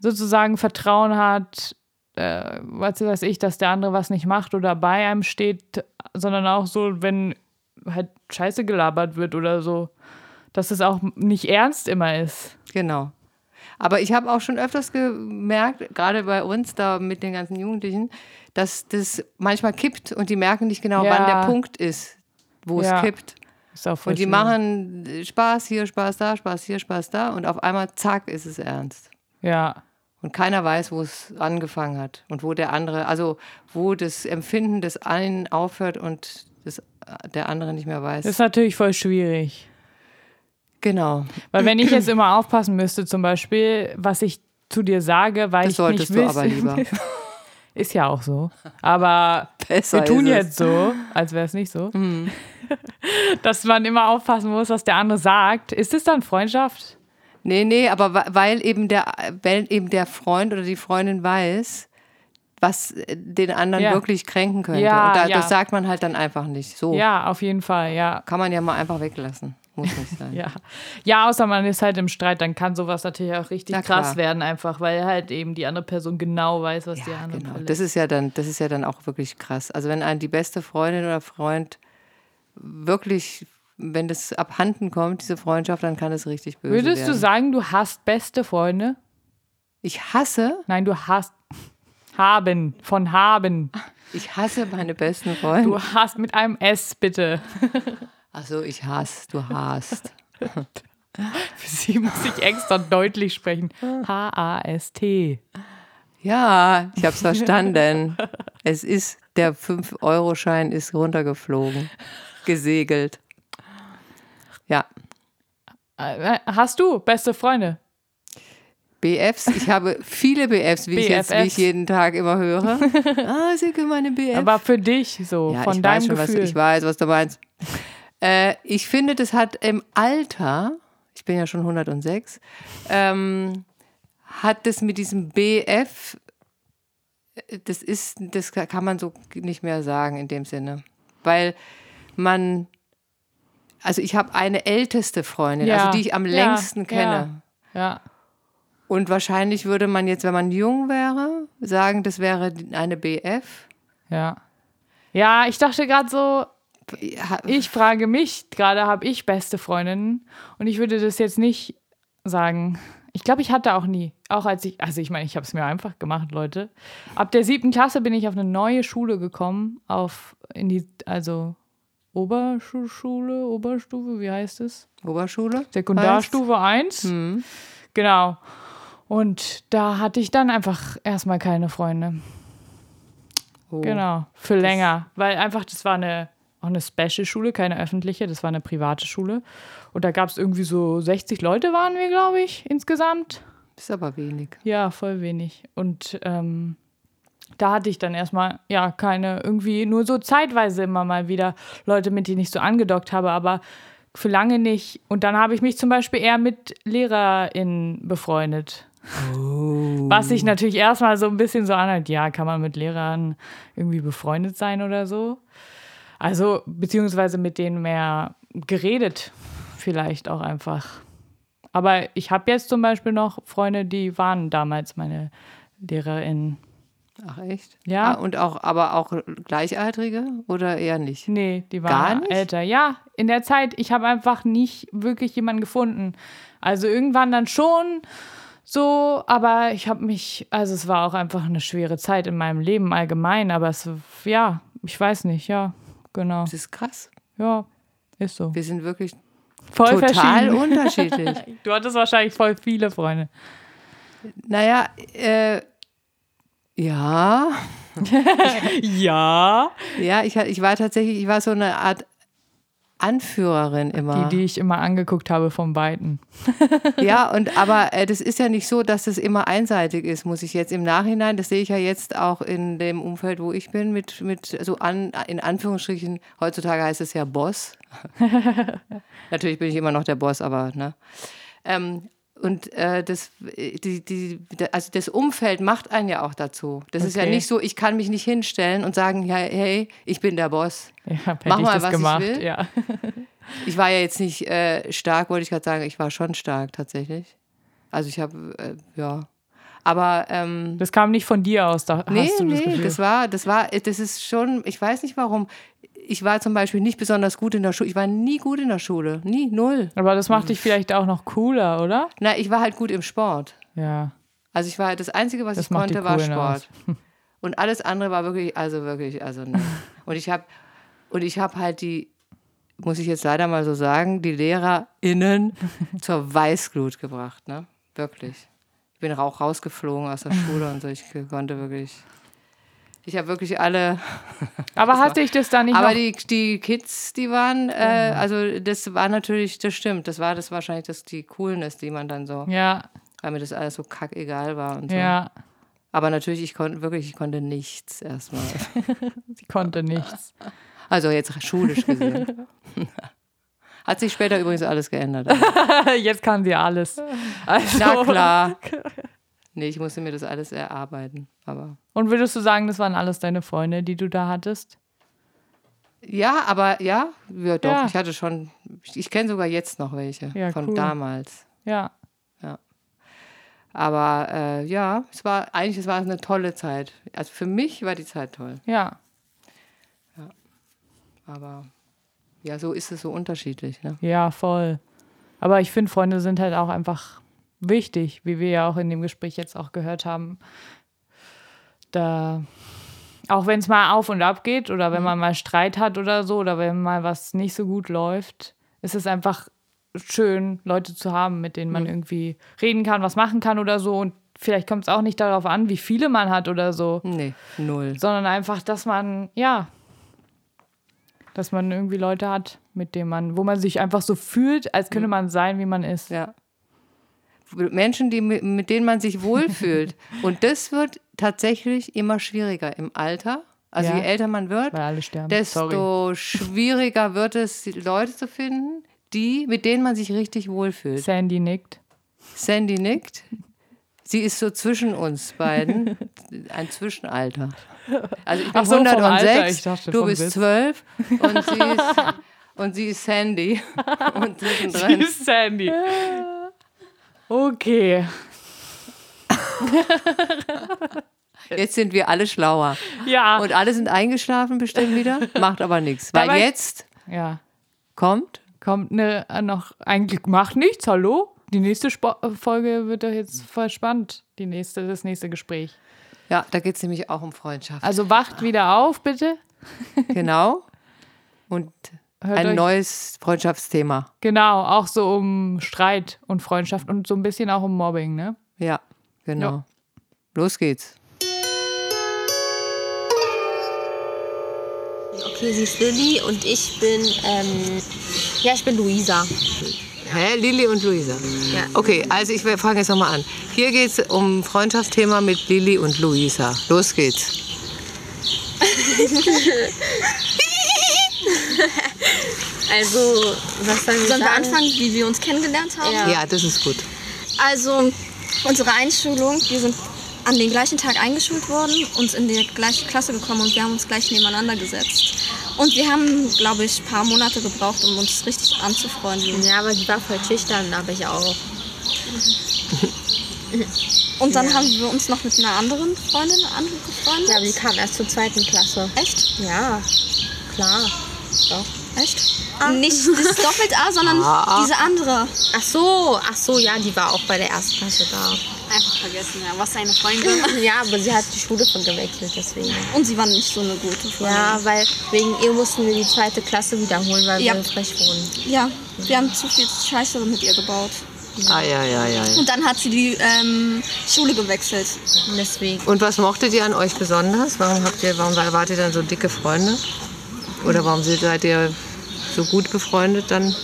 sozusagen Vertrauen hat, äh, was weiß ich, dass der andere was nicht macht oder bei einem steht, sondern auch so, wenn halt Scheiße gelabert wird oder so, dass es auch nicht ernst immer ist.
Genau. Aber ich habe auch schon öfters gemerkt, gerade bei uns da mit den ganzen Jugendlichen, dass das manchmal kippt und die merken nicht genau,
Ja.
wann der Punkt ist, wo
Ja.
es kippt.
Ist auch voll
Und die
schlimm.
machen äh, Spaß hier, Spaß da, Spaß hier, Spaß da und auf einmal zack ist es ernst.
Ja.
Und keiner weiß, wo es angefangen hat und wo der andere, also wo das Empfinden des einen aufhört und das, äh, der andere nicht mehr weiß.
Das ist natürlich voll schwierig.
genau.
Weil wenn ich
[CLEARS THROAT]
jetzt immer aufpassen müsste, zum Beispiel, was ich zu dir sage, weil ich
Das
nicht
solltest du
wiss-
aber lieber.
[LAUGHS] Ist ja auch so. Aber
Besser
wir tun
ist es. Mhm.
jetzt so, als wäre es nicht so. [LAUGHS] Dass man immer aufpassen muss, was der andere sagt. Ist es dann Freundschaft?
Nee, nee, aber wa- weil eben der, weil eben der Freund oder die Freundin weiß, was äh, den anderen
Ja.
wirklich kränken könnte.
Ja,
und da,
ja.
das sagt man halt dann einfach nicht. So
Ja, auf jeden Fall, ja.
kann man ja mal einfach weglassen. Muss nicht
[LAUGHS]
sein.
Ja. ja, außer man ist halt im Streit, dann kann sowas natürlich auch richtig
Na
krass
klar.
werden, einfach, weil halt eben die andere Person genau weiß, was die
Ja,
andere
genau.
verletzt.
Das ist ja dann, das ist ja dann auch wirklich krass. Also wenn einem die beste Freundin oder Freund wirklich, wenn das abhanden kommt, diese Freundschaft, dann kann es richtig böse
Würdest
werden.
du sagen, du hast beste Freunde?
ich hasse,
Nein, du hast haben, von haben.
ich hasse meine besten Freunde.
Du hast mit einem S, bitte. [LAUGHS]
Achso, ich hasse, du hasst.
Für sie muss ich extra deutlich sprechen.
Ah.
H-A-S-T.
Ja, ich hab's verstanden. es ist, der 5-Euro-Schein ist runtergeflogen, gesegelt. Ja,
Äh, Hast du beste Freunde?
BFs, ich habe viele BFs, wie, Ich, jetzt, wie ich
BFFs.
jeden Tag immer höre. Ah, Silke, meine BF.
Aber für dich so,
ja,
von
ich
deinem
weiß schon,
Gefühl.
Was, ich weiß, was du meinst. Äh, ich finde, das hat im Alter, ich bin ja schon 106, ähm, hat das mit diesem BF, äh, das ist, das kann man so nicht mehr sagen in dem Sinne. Weil man, also ich habe eine älteste Freundin,
Ja,
also die ich am
ja,
längsten
ja.
kenne.
ja.
Und wahrscheinlich würde man jetzt, wenn man jung wäre, sagen, das wäre eine BF.
ja. Ja, ich dachte gerade so,
Ha-
ich frage mich, gerade habe ich beste Freundinnen und ich würde das jetzt nicht sagen. Ich glaube, ich hatte auch nie. Auch als ich, also ich meine, ich habe es mir einfach gemacht, Leute. Ab der siebten Klasse bin ich auf eine neue Schule gekommen, auf in die, also Oberschule, Oberstufe, wie heißt es?
Oberschule?
Sekundarstufe 1.
Mhm.
Genau. Und da hatte ich dann einfach erstmal keine Freunde.
Oh.
Genau. Für länger. Weil einfach das war eine auch eine Special-Schule, keine öffentliche, das war eine private Schule. Und da gab es irgendwie so 60 Leute waren wir, glaube ich, insgesamt.
Ist aber wenig.
Ja, voll wenig. Und ähm, da hatte ich dann erstmal, ja, keine, irgendwie nur so zeitweise immer mal wieder Leute, mit denen ich so angedockt habe, aber für lange nicht. Und dann habe ich mich zum Beispiel eher mit LehrerInnen befreundet. Was ich natürlich erstmal so ein bisschen so anhört, ja, kann man mit Lehrern irgendwie befreundet sein oder so. Also, beziehungsweise mit denen mehr geredet, vielleicht auch einfach. Aber ich habe jetzt zum Beispiel noch Freunde, die waren damals meine LehrerInnen.
Ach echt?
Ja.
Ah, und auch, aber auch Gleichaltrige oder eher nicht?
Nee, die waren
Gar nicht?
älter. Ja, in der Zeit, ich habe einfach nicht wirklich jemanden gefunden. Also irgendwann dann schon so, aber ich habe mich, also es war auch einfach eine schwere Zeit in meinem Leben allgemein, aber es, ja, ich weiß nicht, ja, genau.
Das ist krass.
Ja, ist so.
Wir sind wirklich
Voll
total
verschieden. [LAUGHS]
unterschiedlich.
Du hattest wahrscheinlich voll viele Freunde.
Naja, äh, ja,
Ja,
ja, ich, ha- ich war tatsächlich, ich war so eine Art Anführerin immer.
die, die ich immer angeguckt habe vom Weiten.
Ja, und aber äh, das ist ja nicht so, dass das immer einseitig ist, muss ich jetzt im Nachhinein, das sehe ich ja jetzt auch in dem Umfeld, wo ich bin, mit, mit so an, in Anführungsstrichen, heutzutage heißt es ja Boss. Natürlich bin ich immer noch der Boss, aber ne. Ähm, und äh, das, äh, die, die, da- also das Umfeld macht einen ja auch dazu. Das ist ja
Okay.
nicht so, ich kann mich nicht hinstellen und sagen, ja, hey, ich bin der Boss.
Ja, hätte
Mach
ich
mal,
das
was ich
gemacht.
will.
Ja.
Ich war ja jetzt nicht äh, stark, wollte ich gerade sagen. Ich war schon stark tatsächlich. Also ich habe, äh, ja. Aber ähm,
Das kam nicht von dir aus, da
nee,
hast du das
nee,
Gefühl.
das, war, das war, das ist schon, ich weiß nicht warum. Ich war zum Beispiel nicht besonders gut in der Schule. Ich war nie gut in der Schule. Nie, null.
Aber das macht
Mhm.
dich vielleicht auch noch cooler, oder?
Na, ich war halt gut im Sport.
Ja.
Also ich war das Einzige, was
Das
ich
macht die
konnte, war
Coolen aus.
Sport.
[LAUGHS]
Und alles andere war wirklich, also wirklich, also ne. Und ich habe und ich habe halt die, muss ich jetzt leider mal so sagen,
[LAUGHS]
die LehrerInnen zur Weißglut gebracht, ne? Wirklich. Ich bin auch rausgeflogen aus der Schule und so. Ich konnte wirklich. Ich habe wirklich alle.
Aber hatte ich das da nicht
aber
noch?
die, die Kids, die waren, äh, also das war natürlich, das stimmt. Das war das wahrscheinlich das, die Coolness, die man dann so,
ja,
weil mir das alles so kackegal war und so.
ja,
Aber natürlich, ich konnte wirklich, ich konnte nichts erstmal.
sie konnte
[LAUGHS]
nichts.
Also jetzt schulisch gesehen.
[LAUGHS]
Hat sich später übrigens alles geändert.
[LAUGHS] Jetzt kann sie alles. Also,
Na klar. Nee, ich musste mir das alles erarbeiten. Aber
Und würdest du sagen, das waren alles deine Freunde, die du da hattest?
ja, aber ja, ja doch,
Ja.
ich hatte schon, ich kenne sogar jetzt noch welche
Ja,
von
cool.
damals.
Ja.
Aber äh, ja, es war eigentlich es war eine tolle Zeit. Also für mich war die Zeit toll.
Ja,
Aber ja, so ist es so unterschiedlich. Ne?
ja, voll. Aber ich finde, Freunde sind halt auch einfach wichtig, wie wir ja auch in dem Gespräch jetzt auch gehört haben. Da, auch wenn es mal auf und ab geht oder wenn man mal Streit hat oder so oder wenn mal was nicht so gut läuft, ist es einfach schön, Leute zu haben, mit denen man irgendwie reden kann, was machen kann oder so. Und vielleicht kommt es auch nicht darauf an, wie viele man hat oder so.
Nee, null.
sondern einfach, dass man, ja, dass man irgendwie Leute hat, mit denen man, wo man sich einfach so fühlt, als
Mhm.
könnte man sein, wie man ist.
Ja. Menschen, die, mi- mit denen man
[LAUGHS]
sich wohlfühlt. Und das wird tatsächlich immer schwieriger im Alter. Also
Ja.
je älter man wird,
Weil alle sterben. Sorry.
desto schwieriger wird es, die Leute zu finden, die, mit denen man sich richtig wohlfühlt.
Sandy
[LAUGHS]
nickt.
Sandy nickt. Sie ist so zwischen uns
[LAUGHS]
beiden. Ein Zwischenalter. Also ich bin
Ach so, vom
106,
Alter. Ich dachte,
du
vom
bist
Witz.
12
[LAUGHS]
und sie ist, und sie ist Sandy. Und zwischendrin.
Tschüss, Sandy. [LAUGHS] Okay.
Jetzt sind wir alle schlauer.
Ja.
Und alle sind eingeschlafen bestimmt wieder,
[LAUGHS]
macht aber nichts. Weil
Dabei-
jetzt
ja.
kommt,
Kommt ne, noch, eigentlich macht nichts, hallo? Die nächste Spo Folge wird doch jetzt voll spannend. Die nächste, das nächste Gespräch.
ja, da geht es nämlich auch um
[LAUGHS]
Freundschaft.
Also wacht wieder auf, bitte.
Genau. Und
Hört
ein
euch-
neues Freundschaftsthema.
Genau, auch so um Streit und Freundschaft und so ein bisschen auch um Mobbing, ne?
Ja, genau.
Ja.
Los geht's.
Okay, sie ist Lilly und ich bin, ähm, ja, ich bin Luisa.
Hä? Lilly und Luisa. Okay, also ich fange jetzt nochmal an. Hier geht es um Freundschaftsthema mit Lilly und Luisa. Los geht's.
Also, was sagen wir
Sollen wir
sagen?
anfangen, wie wir uns kennengelernt haben?
Ja.
Ja, das ist gut.
Also, unsere Einschulung, wir sind an den gleichen Tag eingeschult worden und in die gleiche Klasse gekommen und wir haben uns gleich nebeneinander gesetzt. Und wir haben, glaube ich, ein paar Monate gebraucht, um uns richtig anzufreunden.
Ja, aber sie war voll schüchtern, aber ich auch.
Und dann haben wir uns noch mit einer anderen Freundin angefreundet.
Ja, aber die kam erst zur zweiten Klasse.
Echt?
Ja, klar. Doch.
Echt?
[LAUGHS]
Nicht das Doppelt-A, sondern
Ah.
diese andere.
Ach so, ach so, ja, die war auch bei der ersten Klasse [LAUGHS] da.
Einfach vergessen, ja. Was seine Freundin.
Ja, aber sie hat die Schule von gewechselt, deswegen.
Und sie war nicht so eine gute Freundin.
Ja, weil wegen ihr mussten wir die zweite Klasse wiederholen, weil
Ja.
wir frech wurden.
Ja. Wir haben zu viel Scheiße mit ihr gebaut.
Ah, ja, ja, ja. ja.
Und dann hat sie die ähm, Schule gewechselt.
Und deswegen.
Und was mochtet ihr an euch besonders? Warum, habt ihr, warum wart ihr dann so dicke Freunde? Oder warum seid ihr so gut befreundet dann?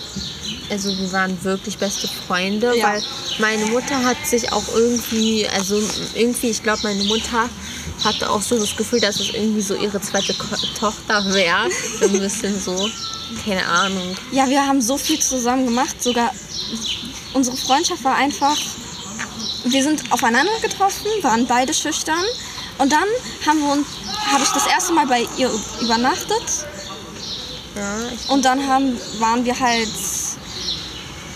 Also wir waren wirklich beste Freunde,
Ja.
weil meine Mutter hat sich auch irgendwie, also irgendwie, ich glaube, meine Mutter hatte auch so das Gefühl, dass es irgendwie so ihre zweite Ko Tochter wäre. So ein bisschen so. Keine Ahnung.
Ja, wir haben so viel zusammen gemacht. Sogar unsere Freundschaft war einfach. Wir sind aufeinander getroffen, waren beide schüchtern. Und dann haben wir uns, habe ich das erste Mal bei ihr übernachtet. Und dann haben, waren wir halt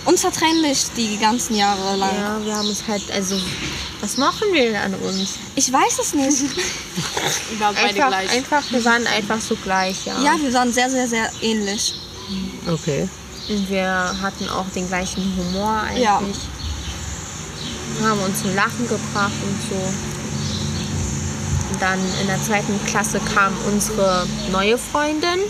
unzertrennlich die ganzen Jahre lang.
Ja, wir haben es halt, also, was machen wir denn an uns?
Ich weiß es nicht. [LAUGHS]
Wir waren beide
Einfach,
gleich.
einfach, wir waren einfach so gleich, ja.
ja, wir waren sehr, sehr, sehr ähnlich.
Okay.
Und wir hatten auch den gleichen Humor eigentlich.
Ja.
Haben uns zum Lachen gebracht und so. Und dann in der zweiten Klasse kam unsere neue Freundin.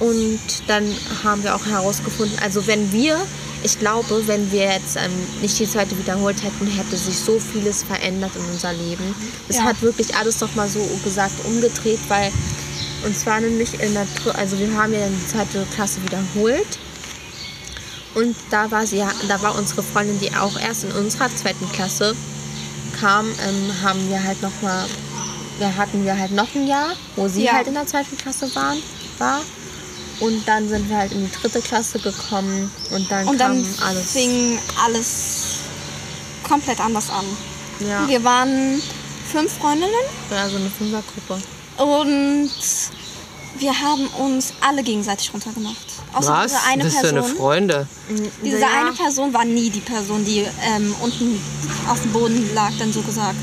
Und dann haben wir auch herausgefunden, also wenn wir, ich glaube, wenn wir jetzt ähm, nicht die zweite wiederholt hätten, hätte sich so vieles verändert in unser Leben. Es
Ja.
hat wirklich alles nochmal so gesagt umgedreht, weil und zwar nämlich in der, dr- also wir haben ja die zweite Klasse wiederholt. Und da war sie, ja- da war unsere Freundin, die auch erst in unserer zweiten Klasse kam, ähm, haben wir halt noch mal, da hatten wir halt noch ein Jahr, wo sie
Ja.
halt in der zweiten Klasse waren, war. Und dann sind wir halt in die dritte Klasse gekommen und dann
Und
kam
dann
alles.
fing alles komplett anders an.
ja,
Wir waren fünf Freundinnen
ja, so eine Fünfergruppe.
und wir haben uns alle gegenseitig runtergemacht. Außer
Was?
diese eine
das ist ja eine
Person.
Freunde.
diese
Ja.
eine Person war nie die Person, die ähm, unten auf dem Boden lag, dann so gesagt.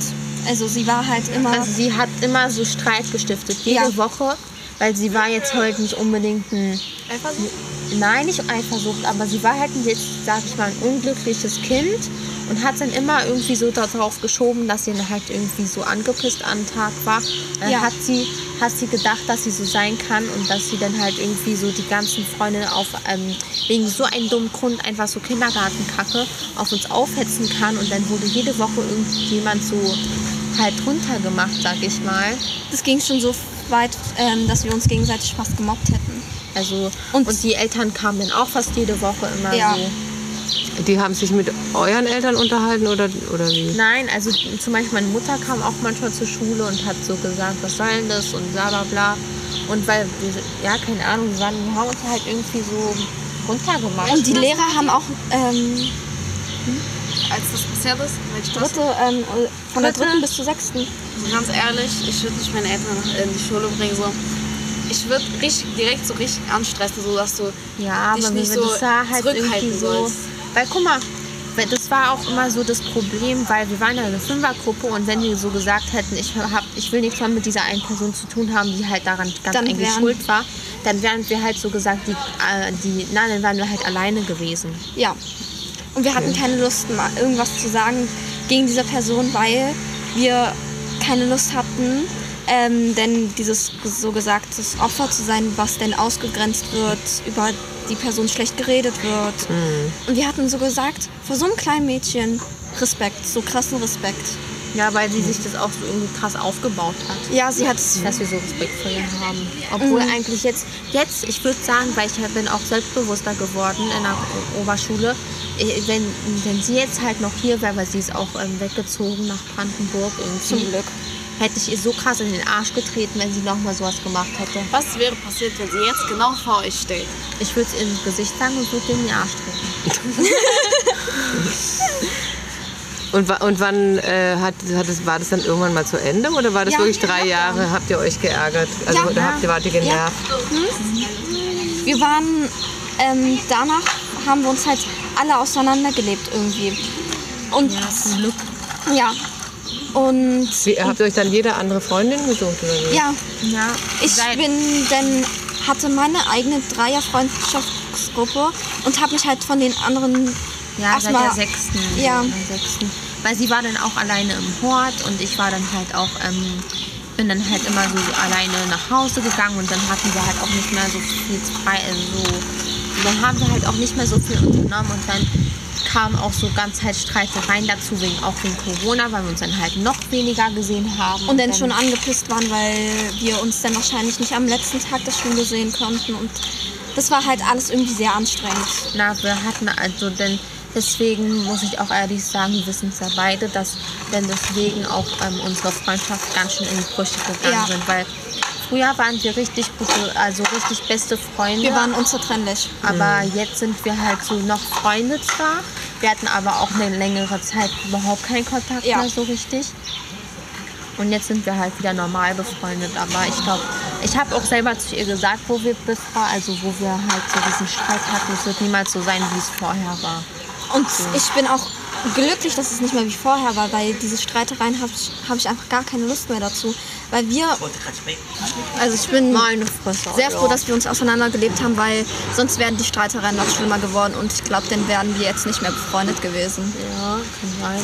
Also sie war halt immer.
Also sie hat immer so Streit gestiftet, jede
Ja.
Woche, weil sie war jetzt heute nicht unbedingt ein
Eifersucht?
Nein, nicht Eifersucht, aber sie war halt jetzt, sag ich mal, ein unglückliches Kind und hat dann immer irgendwie so darauf geschoben, dass sie dann halt irgendwie so angepisst an den Tag war. Dann
Ja.
hat, sie, hat sie gedacht, dass sie so sein kann und dass sie dann halt irgendwie so die ganzen Freunde auf, ähm, wegen so einem dummen Grund einfach so Kindergartenkacke auf uns aufhetzen kann und dann wurde jede Woche irgendjemand so halt runtergemacht, sag ich mal.
das ging schon so weit, ähm, dass wir uns gegenseitig fast gemobbt hätten.
Also, und,
Und-
die Eltern kamen dann auch fast jede Woche immer
Ja.
so.
Die haben sich mit euren Eltern unterhalten oder, oder wie?
Nein, also zum Beispiel meine Mutter kam auch manchmal zur Schule und hat so gesagt, was soll denn das und bla bla bla. Und weil, wir, ja, keine Ahnung, wir, waren, wir haben uns halt irgendwie so runtergemacht.
Und die Lehrer haben auch ähm,
Als das passiert ist, welche Klasse?
dritte, ähm, von der
Dritte?
dritten bis zur sechsten.
Also ganz ehrlich, ich würde nicht meine Eltern in die Schule bringen. So. Ich würde richtig direkt so richtig anstressen, so dass du
Ja,
dich
aber
nicht
wenn
so
das war halt irgendwie
zurückhalten
so.
sollst.
Weil guck mal, weil das war auch immer so das Problem, weil wir waren ja eine Fünfergruppe und wenn die so gesagt hätten, ich hab, ich will nichts mehr mit dieser einen Person zu tun haben, die halt daran ganz
Dann
eigentlich
wären-
schuld war, dann wären wir halt so gesagt, die, äh, die, na, dann wären wir halt alleine gewesen.
Ja. Und wir hatten keine Lust, mal irgendwas zu sagen gegen diese Person, weil wir keine Lust hatten, ähm, denn dieses so gesagtes Opfer zu sein, was denn ausgegrenzt wird, über die Person schlecht geredet wird. Und wir hatten so gesagt, vor so einem kleinen Mädchen Respekt, so krassen Respekt.
Ja, weil sie sich das auch so irgendwie krass aufgebaut hat.
Ja, sie hat es.
dass wir so Respekt vor ihr haben. Obwohl
Mhm.
eigentlich jetzt, jetzt, ich würde sagen, weil ich bin auch selbstbewusster geworden in der Oberschule, Eh, wenn, wenn sie jetzt halt noch hier wäre, weil sie ist auch ähm, weggezogen nach Brandenburg irgendwie.
Zum Glück.
Hätte ich ihr so krass in den Arsch getreten, wenn sie nochmal sowas gemacht hätte.
Was wäre passiert, wenn sie jetzt genau vor euch steht?
Ich würde es ihr ins Gesicht sagen und würde ihr in den Arsch treten.
Und, wa- und wann äh, hat, hat es, war das dann irgendwann mal zu Ende oder war das
Ja,
wirklich
ja,
drei
ja.
Jahre, habt ihr euch geärgert? Also
Ja.
oder habt ihr, wart ihr genervt?
Wir waren, ähm, danach haben wir uns halt alle auseinandergelebt irgendwie. Und ja, zum Glück. Ja. Und
Wie, habt ihr euch dann jede andere Freundin gesucht oder wie?
ja,
Ja,
ich bin dann hatte meine eigene Dreierfreundschaftsgruppe und habe mich halt von den anderen
ja seit
erstmal
der sechsten.
ja.
In der sechsten. Weil sie war dann auch alleine im Hort und ich war dann halt auch, ähm, bin dann halt immer so alleine nach Hause gegangen und dann hatten wir halt auch nicht mehr so viel frei, äh, so, dann haben wir halt auch nicht mehr so viel unternommen und dann kamen auch so ganz halt Streitereien dazu, wegen, auch wegen Corona, weil wir uns dann halt noch weniger gesehen haben.
und dann schon angepisst waren, weil wir uns dann wahrscheinlich nicht am letzten Tag der Schule sehen konnten und das war halt alles irgendwie sehr anstrengend.
Na, wir hatten also denn deswegen muss ich auch ehrlich sagen, wir wissen es ja beide, dass denn deswegen auch ähm, unsere Freundschaft ganz schön in die Brüche gegangen
Ja.
sind, weil früher waren wir richtig gute, also richtig beste Freunde.
Wir waren unzertrennlich.
aber
Mhm.
jetzt sind wir halt so noch Freunde zwar. Wir hatten aber auch eine längere Zeit überhaupt keinen Kontakt
Ja.
mehr so richtig. Und jetzt sind wir halt wieder normal befreundet. Aber ich glaube, ich habe auch selber zu ihr gesagt, wo wir befreundet, also wo wir halt so diesen Streit hatten. Es wird niemals so sein, wie es vorher war.
Und ich bin auch glücklich, dass es nicht mehr wie vorher war, weil diese Streitereien habe ich, hab ich einfach gar keine Lust mehr dazu. Weil wir. Also ich bin
Meine Fresse.
sehr froh, dass wir uns auseinandergelebt haben, weil sonst wären die Streitereien noch schlimmer geworden und ich glaube, dann wären wir jetzt nicht mehr befreundet gewesen.
Ja, kann sein.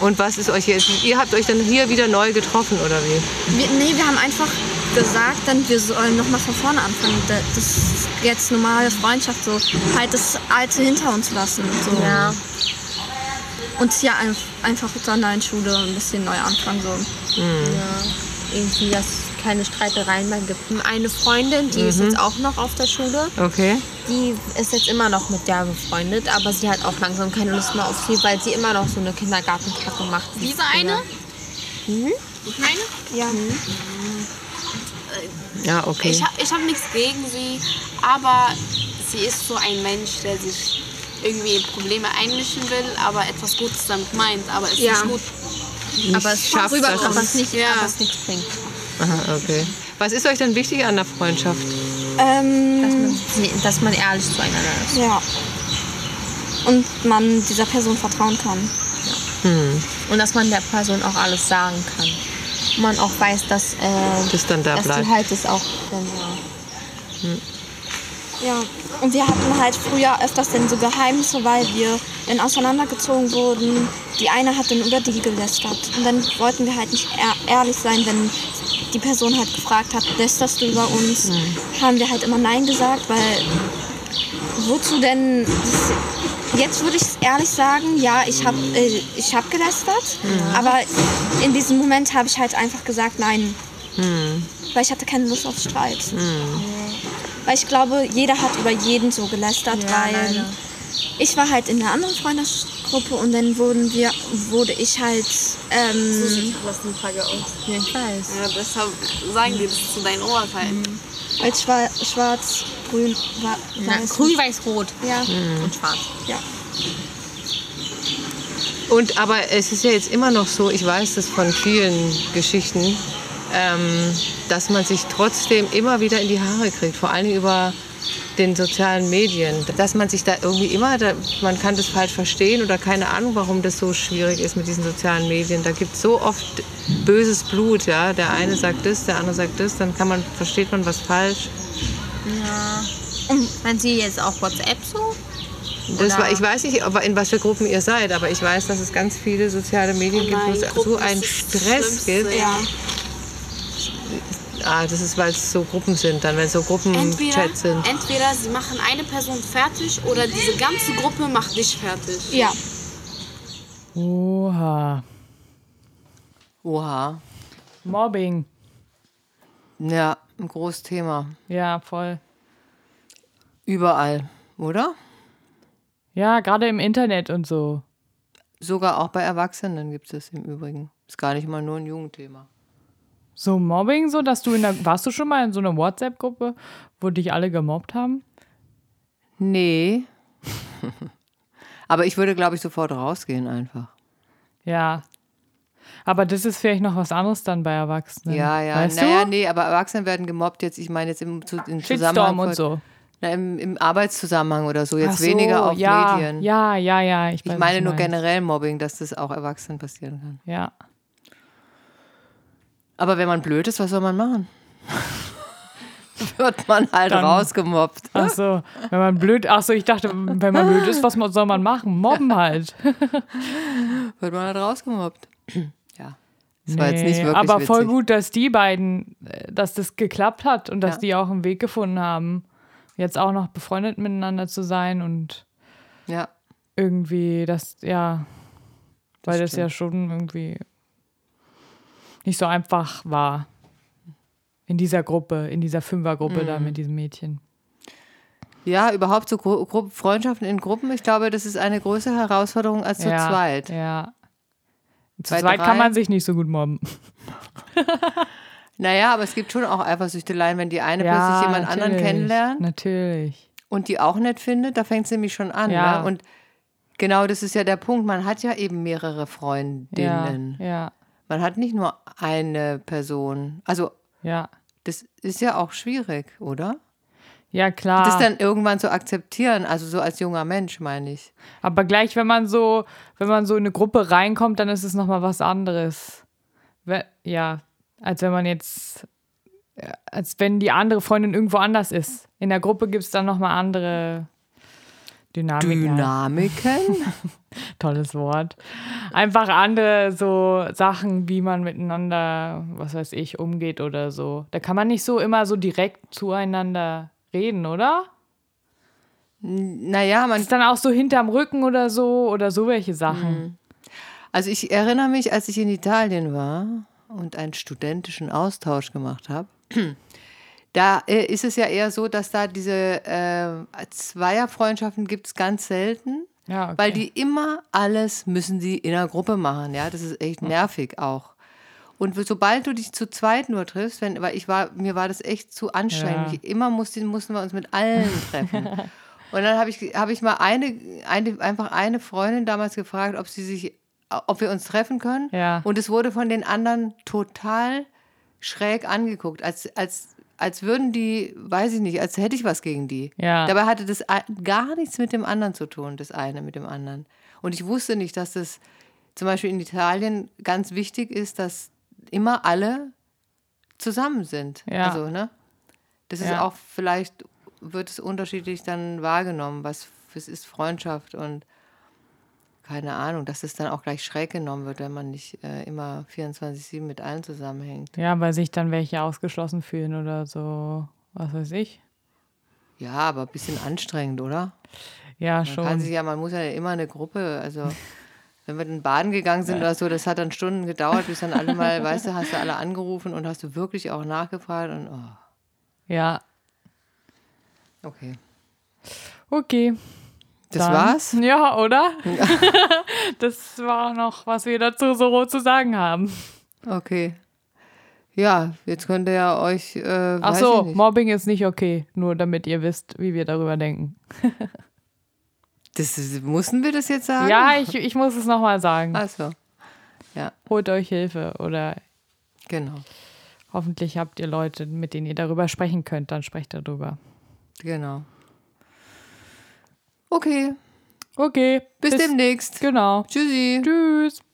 Und was ist euch jetzt? Ihr habt euch dann hier wieder neu getroffen oder wie?
Wir, nee, wir haben einfach gesagt, dann wir sollen nochmal von vorne anfangen. Da- Das ist jetzt normale Freundschaft, so halt das Alte hinter uns lassen. So.
Ja.
Und hier ein- einfach mit der neuen Schule ein bisschen neu anfangen. So.
Irgendwie, dass es keine Streitereien mehr gibt. Eine Freundin, die
Mhm.
ist jetzt auch noch auf der Schule.
Okay.
Die ist jetzt immer noch mit der befreundet, aber sie hat auch langsam keine Lust mehr auf sie, weil sie immer noch so eine Kindergartenkacke macht.
Diese eine? Ich meine,
Ja, okay.
ich, hab- ich habe nichts gegen sie, aber sie ist so ein Mensch, der sich irgendwie in Probleme einmischen will, aber etwas Gutes damit meint, aber es
Ja.
nicht gut.
aber es
schafft
rüber,
das
aber es nicht,
Ja.
aber es nichts bringt.
Aha, okay. Was ist euch denn wichtig an der Freundschaft?
Dass
Ähm,
man, sie- dass man ehrlich zueinander ist.
ja. Und man dieser Person vertrauen kann.
Und dass man der Person auch alles sagen kann. Und man auch weiß, dass, äh,
Das dann da
dass
bleibt.
die halt das auch dann, ja.
Ja. Und wir hatten halt früher öfters dann so Geheimnisse, weil wir dann auseinandergezogen wurden. Die eine hat dann über die gelästert. Und dann wollten wir halt nicht ehr- ehrlich sein, wenn die Person halt gefragt hat, lästerst du über uns? Haben wir halt immer Nein gesagt, weil wozu denn... Das, jetzt würde ich es ehrlich sagen, ja, ich habe äh, ich hab gelästert. Aber in diesem Moment habe ich halt einfach gesagt, nein. Weil ich hatte keine Lust auf Streit. Weil ich glaube, jeder hat über jeden so gelästert, weil ich war halt in einer anderen Freundesgruppe und dann wurden wir, wurde ich halt, ähm,
Lassen Frage aus.
ja, ich weiß.
Ja, deshalb sagen die das zu deinen Oberfallen.
als schwa schwarz, grün, wa
Na,
weiß.
grün, weiß, rot
Ja,
und schwarz.
ja.
Und aber es ist ja jetzt immer noch so, ich weiß das von vielen Geschichten, ähm, dass man sich trotzdem immer wieder in die Haare kriegt, vor allem über den sozialen Medien, dass man sich da irgendwie immer, da, man kann das falsch verstehen oder keine Ahnung, warum das so schwierig ist mit diesen sozialen Medien. Da gibt es so oft böses Blut, ja. Der eine sagt das, der andere sagt das, dann kann man, versteht man was falsch.
Und man sieht jetzt auch WhatsApp so.
Das
Oder-
Genau.
war, ich weiß nicht, ob, in was für Gruppen ihr seid, aber ich weiß, dass es ganz viele soziale Medien gibt, wo es
Gruppen,
so
das
einen
ist das
Stress
Schlimmste,
gibt.
Ja.
Ah, das ist, weil es so Gruppen sind, dann, wenn es so
Entweder,
Gruppenchats sind.
entweder sie machen eine Person fertig oder diese ganze Gruppe macht dich fertig.
Ja,
Oha.
Oha.
Mobbing.
Ja, ein großes Thema.
Ja, voll.
Überall, oder?
Ja, gerade im Internet und so.
Sogar auch bei Erwachsenen gibt es im Übrigen. Ist gar nicht mal nur ein Jugendthema.
So Mobbing, so dass du in der. Warst du schon mal in so einer WhatsApp-Gruppe, wo dich alle gemobbt haben?
Nee. [LAUGHS] Aber ich würde, glaube ich, sofort rausgehen einfach.
Ja. Aber das ist vielleicht noch was anderes dann bei Erwachsenen.
Ja, ja.
Weißt
naja,
du?
nee, aber Erwachsene werden gemobbt jetzt. Ich meine jetzt im, zu, im Zusammenhang.
Shitstorm und
von-
so.
Na, im, Im Arbeitszusammenhang oder so.
Ach
Jetzt
so,
weniger auf
ja,
Medien.
Ja, ja, ja. Ich, weiß,
Ich
was
meine
du
nur
meinst.
generell Mobbing, dass das auch Erwachsenen passieren kann.
Ja.
Aber wenn man blöd ist, was soll man machen? [LAUGHS] Wird man halt
Dann-
rausgemobbt.
Ach so, wenn man blöd, ach so, ich dachte, wenn man blöd ist, was mo- soll man machen? Mobben halt.
Wird man halt rausgemobbt. ja. Das war jetzt
Nee,
nicht wirklich
aber
witzig.
voll gut, dass die beiden, äh, dass das geklappt hat und dass
Ja.
die auch einen Weg gefunden haben, jetzt auch noch befreundet miteinander zu sein und
Ja.
irgendwie das, ja, weil das ja
stimmt.
schon irgendwie nicht so einfach war. In dieser Gruppe, in dieser Fünfergruppe
Mhm.
da mit diesem Mädchen.
ja, überhaupt so Gru Gru Freundschaften in Gruppen, ich glaube, das ist eine größere Herausforderung als zu
ja,
zweit.
Ja. Zu
Bei
zweit
drei-
kann man sich nicht so gut mobben.
Naja, aber es gibt schon auch Eifersüchteleien, wenn die eine
Ja,
plötzlich jemand anderen
natürlich,
kennenlernt
Natürlich.
und die auch nett findet, da fängt es nämlich schon an.
Ja.
Ne? Und genau das ist ja der Punkt. Man hat ja eben mehrere Freundinnen.
Ja, ja,
Man hat nicht nur eine Person. Also
ja.
das ist ja auch schwierig, oder?
Ja, klar.
Das dann irgendwann zu akzeptieren, also so als junger Mensch, meine ich.
Aber gleich, wenn man so, wenn man so in eine Gruppe reinkommt, dann ist es nochmal was anderes. We ja, als wenn man jetzt, äh, als wenn die andere Freundin irgendwo anders ist. In der Gruppe gibt es dann nochmal andere Dynamiken.
[LAUGHS] Dynamiken?
Tolles Wort. Einfach andere so Sachen, wie man miteinander, was weiß ich, umgeht oder so. Da kann man nicht so immer so direkt zueinander reden, oder?
naja, man,
Ist dann auch so hinterm Rücken oder so oder so welche Sachen.
also ich erinnere mich, als ich in Italien war und einen studentischen Austausch gemacht habe, [CLEARS THROAT] da äh, ist es ja eher so, dass da diese äh, Zweierfreundschaften gibt es ganz
Ja,
selten.
Ah, okay.
Weil die immer alles müssen die in der Gruppe machen, ja. Das ist
Hm.
echt nervig auch. Und sobald du dich zu zweit nur triffst, wenn, weil ich war, mir war das echt zu anstrengend.
Ja.
Ich, immer mussten, mussten wir uns mit allen
[LAUGHS]
treffen. Und dann habe ich, habe ich mal eine, eine, einfach eine Freundin damals gefragt, ob sie sich, ob wir uns treffen können.
Ja.
Und es wurde von den anderen total schräg angeguckt, als, als, als würden die, weiß ich nicht, als hätte ich was gegen die.
Ja.
Dabei hatte das a- gar nichts mit dem anderen zu tun, das eine mit dem anderen. Und ich wusste nicht, dass das zum Beispiel in Italien ganz wichtig ist, dass immer alle zusammen sind.
Ja.
Also, ne? Das ist
Ja.
auch vielleicht, wird es unterschiedlich dann wahrgenommen, was es ist Freundschaft und keine Ahnung, dass es dann auch gleich schräg genommen wird, wenn man nicht äh, immer 24-7 mit allen zusammenhängt.
ja, weil sich dann welche ausgeschlossen fühlen oder so, was weiß ich.
Ja, aber ein bisschen anstrengend, oder?
Ja,
Man kann sich
schon.
ja, man muss ja immer eine Gruppe, also wenn wir dann baden gegangen sind oder so, das hat dann Stunden gedauert, bis dann alle mal, weißt du, hast du alle angerufen und hast du wirklich auch nachgefragt und oh,
Ja,
okay.
okay.
Das
dann-
war's?
[LAUGHS] Ja, oder? [LAUGHS] das war noch, was wir dazu so zu sagen haben.
Okay. Ja, jetzt könnt ihr ja euch, äh,
Ach
weiß
so,
ich nicht.
Mobbing ist nicht okay, nur damit ihr wisst, wie wir darüber denken.
Das, ist- mussten wir das jetzt sagen?
Ja, ich, ich muss es nochmal sagen.
Also,
Holt euch Hilfe oder
genau,
hoffentlich habt ihr Leute, mit denen ihr darüber sprechen könnt, dann sprecht darüber.
genau. Okay,
Okay,
bis demnächst.
Genau.
Tschüssi.
Tschüss.